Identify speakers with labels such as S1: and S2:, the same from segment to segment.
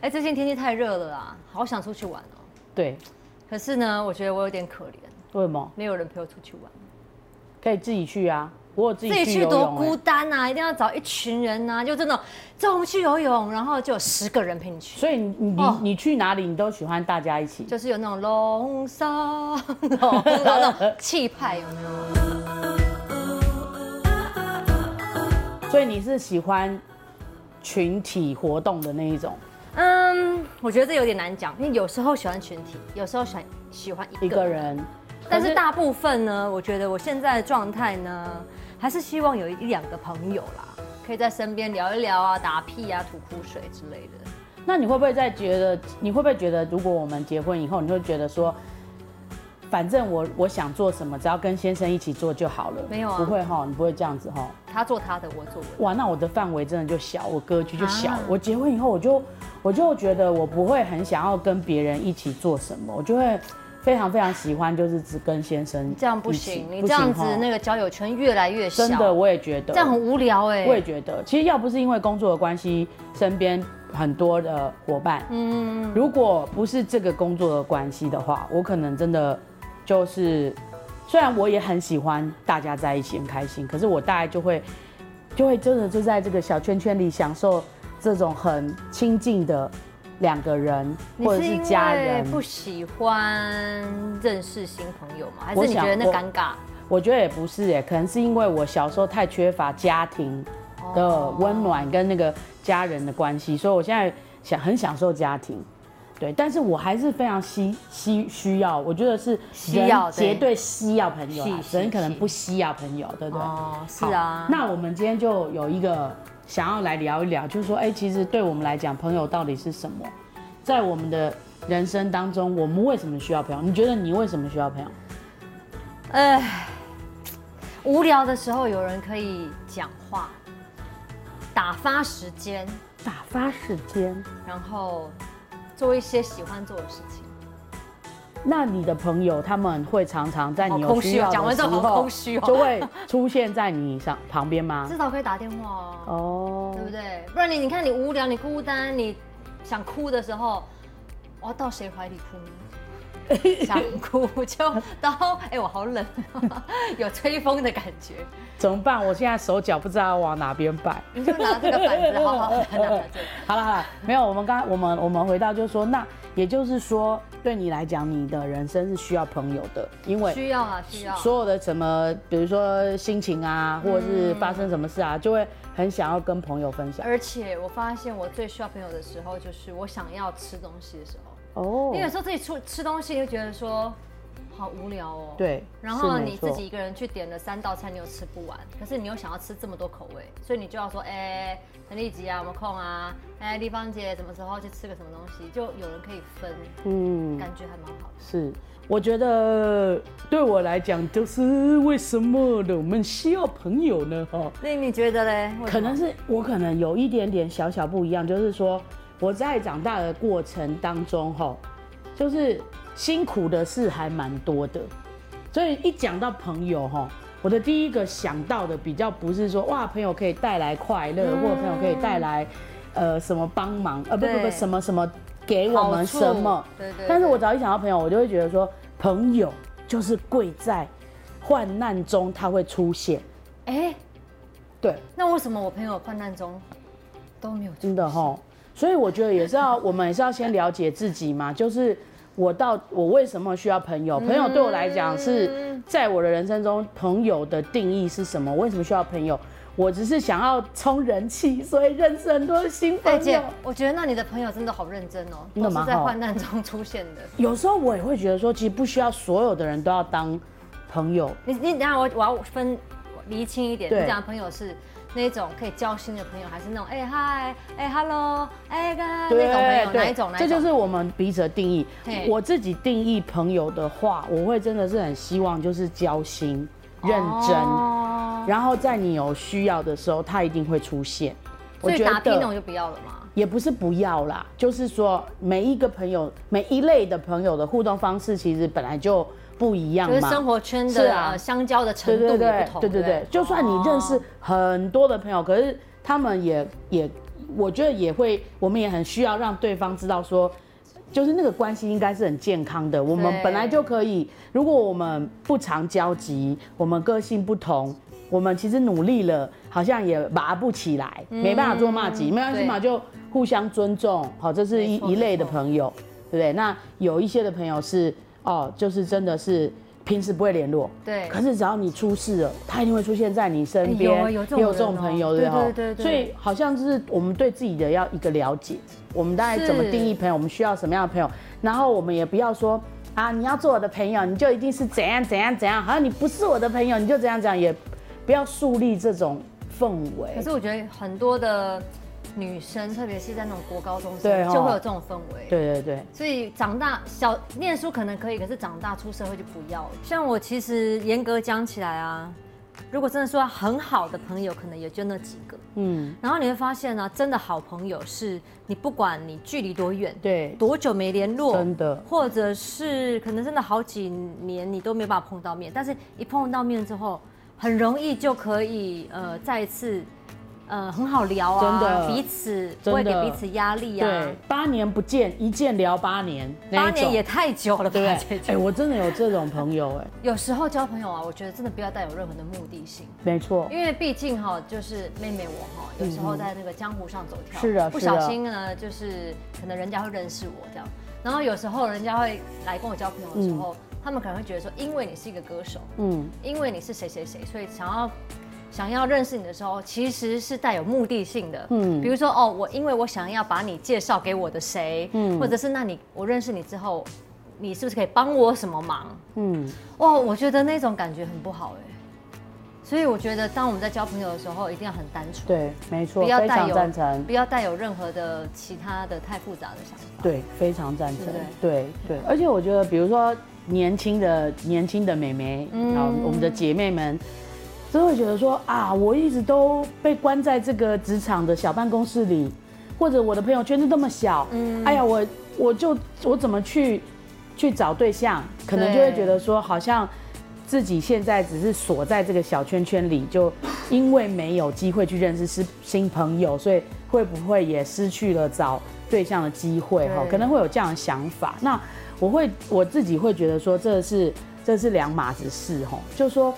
S1: 哎，最近天气太热了啦，好想出去玩哦。
S2: 对，
S1: 可是呢，我觉得我有点可怜，
S2: 为什么？
S1: 没有人陪我出去玩，
S2: 可以自己去啊，我有自
S1: 自己
S2: 己去
S1: 去
S2: 游
S1: 多
S2: 泳、
S1: 孤
S2: 欸。
S1: 单啊！一定要找一群人啊，就真的，走，我们去游泳，然后就有十个人陪你去，
S2: 所以你你、
S1: 哦
S2: 你去哪里，你都喜欢大家一起。
S1: 就是有那种龙沙，然 后那种气派，有没有？
S2: 所以你是喜欢群体活动的那一种，
S1: 嗯，我觉得这有点难讲，因为有时候喜欢群体，有时候喜欢喜欢一
S2: 一
S1: 个
S2: 个
S1: 人。
S2: 人。
S1: 但
S2: 可
S1: 是大部分呢，我觉得我现在的状态呢，还是希望有一两个朋友啦，可以在身边聊一聊啊，打屁啊，吐苦水之类的。
S2: 那你会不会在觉得，你会不会觉得，如果我们结婚以后，你会觉得说，反正我我想做什么，只要跟先生一起做就好了？
S1: 没有啊
S2: 不会哈，你不会这样子哈。
S1: 他做他的，我做我的。
S2: 哇，那我的范围真的就小，我格局就小。
S1: 啊
S2: 我结婚以后，我就我就觉得我不会很想要跟别人一起做什么，我就会非常非常喜欢，就是只跟先生
S1: 这样不
S2: 一起
S1: 行，你
S2: 不
S1: 这样
S2: 行
S1: 子
S2: 齁
S1: 那个交友圈越来越小，
S2: 真的我也觉得
S1: 这样很无聊哎、
S2: 我也觉得，其实要不是因为工作的关系，身边很多的伙伴，嗯，如果不是这个工作的关系的话，我可能真的就是，虽然我也很喜欢大家在一起很开心，可是我大概就会就会真的就在这个小圈圈里享受这种很亲近的两个人
S1: 你
S2: 或者
S1: 是
S2: 是
S1: 因
S2: 家
S1: 为
S2: 人，
S1: 不喜欢认识新朋友吗？还是
S2: 我
S1: 你
S2: 想
S1: 觉得那
S2: 我
S1: 尴尬？
S2: 我觉得也不是耶，可能是因为我小时候太缺乏家庭
S1: 哦
S2: 的温暖跟那个家人的关系，所以我现在想很享受家庭。对，但是我还是非常稀稀需要，我觉得是
S1: 需要
S2: 人
S1: 对
S2: 绝对需要朋友啊，
S1: 是
S2: 人
S1: 是
S2: 可能
S1: 是
S2: 不需要朋友，对不对？
S1: 哦，是
S2: 好
S1: 啊。
S2: 那我们今天就有一个想要来聊一聊，就是说，哎，其实对我们来讲，朋友到底是什么？在我们的人生当中，我们为什么需要朋友？你觉得你为什么需要朋友？
S1: 唉，无聊的时候有人可以讲话，打发时间，
S2: 打发时间。
S1: 然后做一些喜欢做的事情。
S2: 那你的朋友他们会常常在你
S1: 好
S2: 有
S1: 空虚哦
S2: 需要
S1: 讲
S2: 的
S1: 完之
S2: 时
S1: 后
S2: 候，
S1: 好空虚哦
S2: 就会出现在你上旁边 吗？
S1: 至少可以打电话哦，
S2: 哦
S1: 对不对？不然你你看你无聊，你孤单，你想哭的时候，我要到谁怀里哭呢？想哭就到，哎、我好冷、 有吹风的感觉。
S2: 怎么办？我现在手脚不知道要往哪边 摆。
S1: 你就拿这个板子，好好拿拿拿这个。
S2: 好了好了，没有，我们刚我们我们回到就是说，那也就是说，对你来讲，你的人生是需要朋友的，因为
S1: 需要啊，需要。
S2: 所有的什么，比如说心情啊，或者是发生什么事啊，就会很想要跟朋友分享。
S1: 而且我发现我最需要朋友的时候，就是我想要吃东西的时候。
S2: 哦
S1: 因为有时候自己出吃东西，你就觉得说好无聊哦。。
S2: 对，
S1: 然后
S2: 是没
S1: 你
S2: 错
S1: 自己一个人去点了三道菜，你又吃不完，可是你又想要吃这么多口味，所以你就要说，哎、陈丽吉啊，有没有空啊？哎、丽芳姐什么时候去吃个什么东西？就有人可以分，
S2: 嗯
S1: 感觉还蛮好的。
S2: 是，我觉得对我来讲，就是为什么我们需要朋友呢？哈、
S1: 那你觉得嘞？
S2: 可能是我可能有一点点小小不一样，就是说我在长大的过程当中，哈，就是辛苦的事还蛮多的，所以一讲到朋友，哈。我的第一个想到的比较不是说哇，朋友可以带来快乐，或者朋友可以带
S1: 嗯
S2: 来，呃，什么帮忙，呃，不不不，
S1: 对
S2: 什么什么给我们什么
S1: 好处，对对对
S2: 但是我只要一想到朋友，我就会觉得说，朋友就是贵在患难中他会出现，
S1: 哎、
S2: 对，
S1: 那为什么我朋友患难中都没有出
S2: 真的哈、所以我觉得也是要，我们也是要先了解自己嘛，就是我到我为什么需要朋
S1: 嗯
S2: 友？朋友对我来讲是在我的人生中，朋友的定义是什么？我为什么需要朋友？我只是想要冲人气，所以认识很多新
S1: 哎
S2: 朋
S1: 姐
S2: 友。，
S1: 我觉得那你的朋友真的好认真哦，
S2: 真
S1: 都
S2: 的
S1: 是
S2: 吗
S1: 在
S2: 哈
S1: 患难中出现的。
S2: 有时候我也会觉得说，其实不需要所有的人都要当朋友，
S1: 你你等一下我我要分厘清一点，
S2: 对
S1: 你讲的朋友是那种可以交心的朋友，还是那种哎嗨哎 hello 哎干那种朋友？哪一种？哪一
S2: 这
S1: 种？
S2: 就是我们彼此的定义
S1: 嘿。
S2: 我自己定义朋友的话，我会真的是很希望就是交心、认真，
S1: 哦
S2: 然后在你有需要的时候，他一定会出现。
S1: 所以打拼那种就不要了嘛。
S2: 也不是不要啦，就是说每一个朋友、每一类的朋友的互动方式，其实本来就不一样
S1: 就
S2: 嗯嘛。
S1: 是生活圈
S2: 是
S1: 的、
S2: 啊
S1: 呃相交的程
S2: 对
S1: 度也
S2: 对
S1: 不
S2: 对
S1: 同，哦
S2: 对对
S1: 不
S2: 对，就算你认识很多的朋友，可是他们也也我觉得也会，我们也很需要让对方知道说，就是那个关系应该是很健康的。我们
S1: 对
S2: 本来就可以，如果我们不常交集，我们个性不同，我们其实努力了，好像也拔不起来，没办法做骂级，没关系
S1: 对
S2: 嘛，就互相尊重。好，这是
S1: 嗯
S2: 一
S1: 没错
S2: 一类的
S1: 没错
S2: 朋友，对不对？那有一些的朋友是哦，就是真的是。平时不会联络，
S1: 对
S2: 可是只要你出事了，他一定会出现在你身
S1: 哎
S2: 边，
S1: 有啊有这种
S2: 也有这种
S1: 人哦
S2: 朋友，
S1: 对
S2: 对不
S1: 对对对
S2: 所以好像就是我们对自己的要一个了解，我们大概怎么
S1: 是
S2: 定义朋友，我们需要什么样的朋友，然后我们也不要说啊，你要做我的朋友，你就一定是怎样怎样怎样，好像你不是我的朋友，你就怎样怎样，也不要树立这种氛围
S1: 可。是我觉得很多的女生，特别是在那种国高中
S2: 对
S1: 生，
S2: 哦
S1: 就会有这种氛围。
S2: 对对对，
S1: 所以长大小念书可能可以，可是长大出社会就不要了。像我其实严格讲起来啊，如果真的说很好的朋友，可能也就那几个。
S2: 嗯，
S1: 然后你会发现呢、真的好朋友是你不管你距离多远，
S2: 对，
S1: 多久没联络，
S2: 真的
S1: 或者是可能真的好几年你都没有办法碰到面，但是一碰到面之后，很容易就可以呃再一次呃很好聊啊，
S2: 真的
S1: 彼此
S2: 真
S1: 不
S2: 的
S1: 会给彼此压力啊
S2: 对。，八年不见，一见聊八年，那
S1: 八
S2: 一种
S1: 年也太久了吧，
S2: 对不
S1: 姐
S2: 对？哎、
S1: 姐
S2: 我真的有这种朋友、哎，
S1: 有时候交朋友啊，我觉得真的不要带有任何的目的性，
S2: 没错，
S1: 因为毕竟哈，就是妹妹我哈，有时候在那个江湖上走跳，
S2: 是的
S1: 不
S2: 是的
S1: 小心呢，就是可能人家会认识我这样，然后有时候人家会来跟我交朋友的时候，他们可能会觉得说，因为你是一个歌手，
S2: 嗯，
S1: 因为你是谁谁谁，所以想要想要认识你的时候，其实是带有目的性的。嗯，比如说哦，我因为我想要把你介绍给我的谁，嗯，或者是那你我认识你之后，你是不是可以帮我什么忙？
S2: 嗯，
S1: 哦，我觉得那种感觉很不好哎。所以我觉得，当我们在交朋友的时候，一定要很单纯，
S2: 对，没错，
S1: 不要
S2: 非
S1: 带
S2: 常
S1: 有
S2: 赞成。
S1: 不要带有任何的其他的太复杂的想法。
S2: 对，非常赞成
S1: 对不。
S2: 对对，而且我觉得，比如说年轻的年轻的美眉，
S1: 嗯
S2: 然后我们的姐妹们，都会觉得说啊，我一直都被关在这个职场的小办公室里，或者我的朋友圈就这么小，
S1: 嗯
S2: 哎呀，我我就我怎么去去找对象，可能就会
S1: 对
S2: 觉得说好像。自己现在只是锁在这个小圈圈里，就因为没有机会去认识新新朋友，所以会不会也失去了找对象的机会？哈，
S1: 对
S2: 可能会有这样的想法。那我会我自己会觉得说，这是这是两码子事，哈，就说。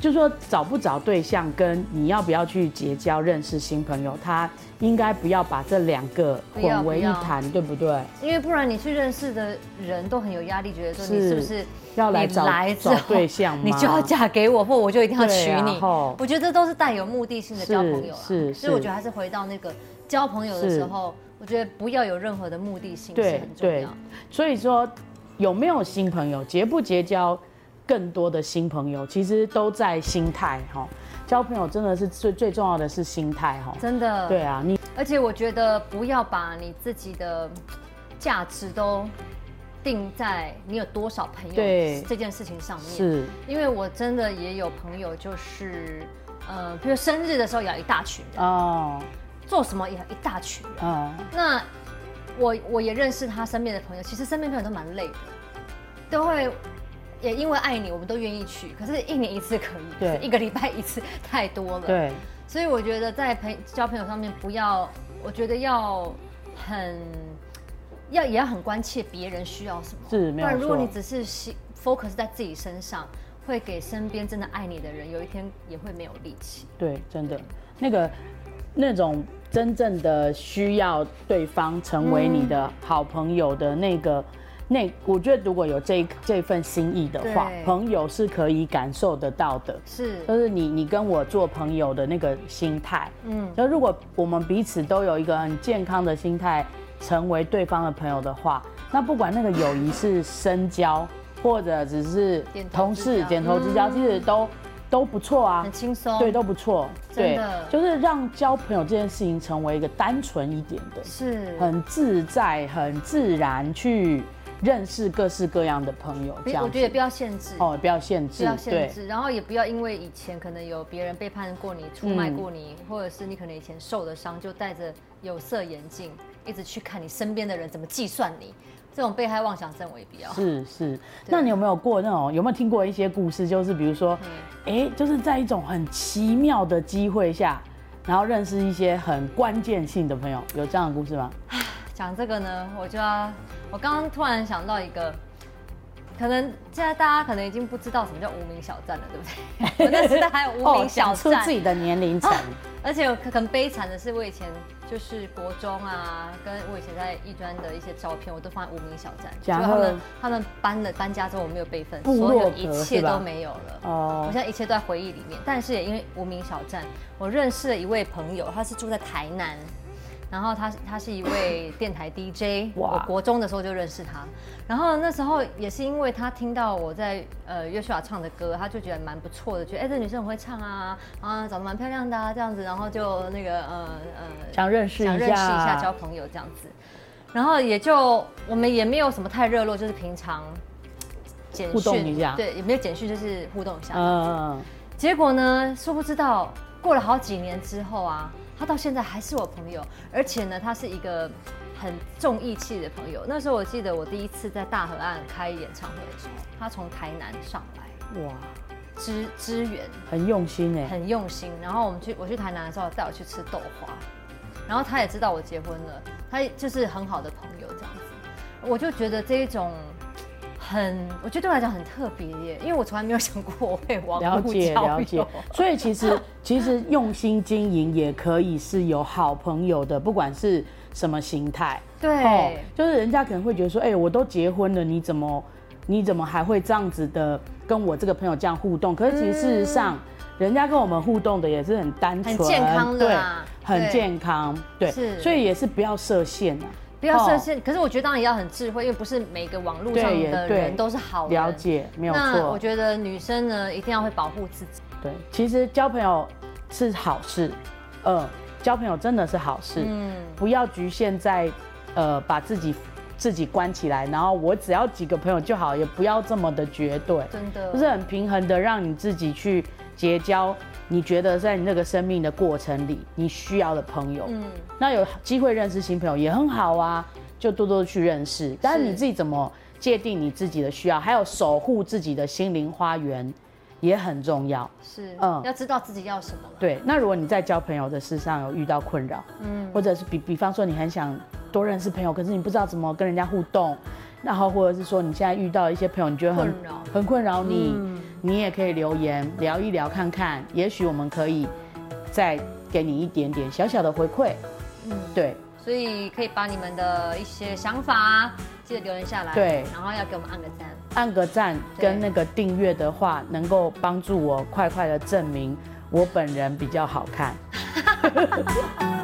S2: 就说找不找对象跟你要不要去结交认识新朋友，他应该不要把这两个
S1: 不要
S2: 混为
S1: 不
S2: 一
S1: 要
S2: 谈，对不对？
S1: 因为不然你去认识的人都很有压力，觉得说你
S2: 是嗯
S1: 是不是
S2: 要来
S1: 你
S2: 找
S1: 来之
S2: 找
S1: 后
S2: 对象吗？
S1: 你就要嫁给我，或我就一定要娶
S2: 对啊
S1: 你。
S2: 吼
S1: 我觉得都是带有目的性的交朋友啦。
S2: 是是
S1: 所以我觉得还是回到那个交朋友的时候，我觉得不要有任何的目的性是
S2: 对
S1: 很重
S2: 对
S1: 要。，
S2: 所以说有没有新朋友，结不结交更多的新朋友，其实都在心态哈。交朋友真的是最最重要的是心态哈。
S1: 真的。
S2: 对，啊，你
S1: 而且我觉得不要把你自己的价值都定在你有多少朋友
S2: 对
S1: 这件事情上面。
S2: 是
S1: 因为我真的也有朋友就是。呃，比如生日的时候也要一大群人，
S2: 哦，
S1: 做什么也要一大群人。
S2: 嗯，
S1: 那我我也认识他身边的朋友，其实身边朋友都蛮累的，都会也因为爱你，我们都愿意去。可是，一年一次可以，
S2: 对
S1: 一个礼拜一次太多了。，
S2: 对，
S1: 所以我觉得在朋交朋友上面，不要，我觉得要很要也要很关切别人需要什么，
S2: 是
S1: 不
S2: 没有
S1: 然如果
S2: 错
S1: 你只是希 focus 在自己身上，会给身边真的爱你的人，有一天也会没有力气。
S2: 对，真的，那个那种真正的需要对方成为你的好朋友的那个。那我觉得，如果有这一这份心意的话
S1: 对，
S2: 朋友是可以感受得到的。
S1: 是，
S2: 就是你你跟我做朋友的那个心态。
S1: 嗯，
S2: 就如果我们彼此都有一个很健康的心态，成为对方的朋友的话，那不管那个友谊是深交，或者只是
S1: 点头
S2: 同
S1: 之
S2: 事
S1: 交嗯
S2: 点头之交，其实都都不错啊
S1: 很。轻松。
S2: 对，都不错。
S1: 真
S2: 对
S1: 的，
S2: 就是让交朋友这件事情成为一个单纯一点的，
S1: 是
S2: 很自在、很自然去认识各式各样的朋友，
S1: 不
S2: 这
S1: 要
S2: 样
S1: 我觉得
S2: 子
S1: 也不要限制，
S2: 哦，不要限
S1: 不
S2: 制
S1: 要，限
S2: 对，
S1: 制，然后也不要因为以前可能有别人背叛过你、出卖过你，
S2: 嗯
S1: 或者是你可能以前受的伤，就戴着有色眼镜一直去看你身边的人怎么计算你，这种被害妄想症我也不要。
S2: 是是，那你有没有过那种有没有听
S1: 嗯
S2: 过一些故事？就是比如说，哎、就是在一种很奇妙的机会下，然后认识一些很关键性的朋友，有这样的故事吗？
S1: 讲这个呢，我就要，我刚刚突然想到一个，可能现在大家可能已经不知道什么叫无名小站了，对不对？我 那时代还有无名小
S2: 哦讲出
S1: 站，
S2: 自己的年龄层，
S1: 而且可能悲惨的是，我以前就是国中啊，跟我以前在艺专的一些照片，我都放在无名小站。
S2: 然后
S1: 结果他们他们搬了搬家之后，我没有备份，
S2: 部落
S1: 所有
S2: 格
S1: 一切
S2: 是吧
S1: 都没有了。
S2: 哦
S1: 我现在一切都在回忆里面。但是也因为无名小站，我认识了一位朋友，他是住在台南，然后他他是一 位电台 DJ，
S2: 哇
S1: 我国中的时候就认识他，然后那时候也是因为他听到我在呃约书亚唱的歌，他就觉得蛮不错的，觉得哎、这女生很会唱啊，啊长得蛮漂亮的啊这样子，然后就那个呃呃
S2: 想认识一下，
S1: 想认识一下交朋友这样子，然后也就我们也没有什么太热络，就是平常。简讯
S2: 互动一下
S1: 对，也没有简讯，就是互动一下。
S2: 嗯，
S1: 结果呢，殊不知道过了好几年之后啊，他到现在还是我朋友，而且呢，他是一个很重义气的朋友。那时候我记得我第一次在大河岸开演唱会的时候，他从台南上来
S2: 嗯哇，
S1: 支支援，
S2: 很用心哎，
S1: 很用心。然后我们去我去台南的时候，带我去吃豆花，然后他也知道我结婚了，他就是很好的朋友这样子。我就觉得这一种。很，我觉得对我来讲很特别耶，因为我从来没有想过我会网
S2: 了
S1: 络
S2: 解
S1: 交
S2: 了解
S1: 友。
S2: 所以其实其实用心经营也可以是有好朋友的，不管是什么形态。
S1: 对
S2: 哦就是人家可能会觉得说，哎、我都结婚了，你怎么你怎么还会这样子的跟我这个朋友这样互动？可是其实事实上，人家跟我们互动的也是很单纯、
S1: 嗯很健康的啦
S2: 对，很
S1: 对
S2: 健康，对，
S1: 是
S2: 所以也是不要设限啊。
S1: 不要设
S2: 哦
S1: 限，可是我觉得当然也要很智慧，因为不是每个网络
S2: 对
S1: 上
S2: 也
S1: 的
S2: 对
S1: 人都是好人。
S2: 了解，没有
S1: 那我
S2: 错。
S1: 觉得女生呢，一定要会保护自己。
S2: 对，其实交朋友是好事，呃，交朋友真的是好事。
S1: 嗯，
S2: 不要局限在，呃，把自己自己关起来，然后我只要几个朋友就好，也不要这么的绝对，
S1: 真的。
S2: 就是很平衡的让你自己去结交你觉得在你那个生命的过程里你需要的朋友。
S1: 嗯，
S2: 那有机会认识新朋友也很好啊，就多多去认识。但是你自己怎么界定你自己的需要，还有守护自己的心灵花园也很重要。
S1: 是，
S2: 嗯
S1: 要知道自己要什么了。
S2: 对，那如果你在交朋友的事上有遇到困扰，嗯，或者是比比方说你很想多认识朋友，可是你不知道怎么跟人家互动，然后或者是说你现在遇到一些朋友，你觉得很
S1: 困扰
S2: 很困扰你，你也可以留言聊一聊看看，也许我们可以再给你一点点小小的回馈，嗯，对，
S1: 所以可以把你们的一些想法啊记得留言下来。
S2: 对
S1: 然后要给我们按个赞。
S2: 按个赞
S1: 对
S2: 跟那个订阅的话，能够帮助我快快的证明我本人比较好看。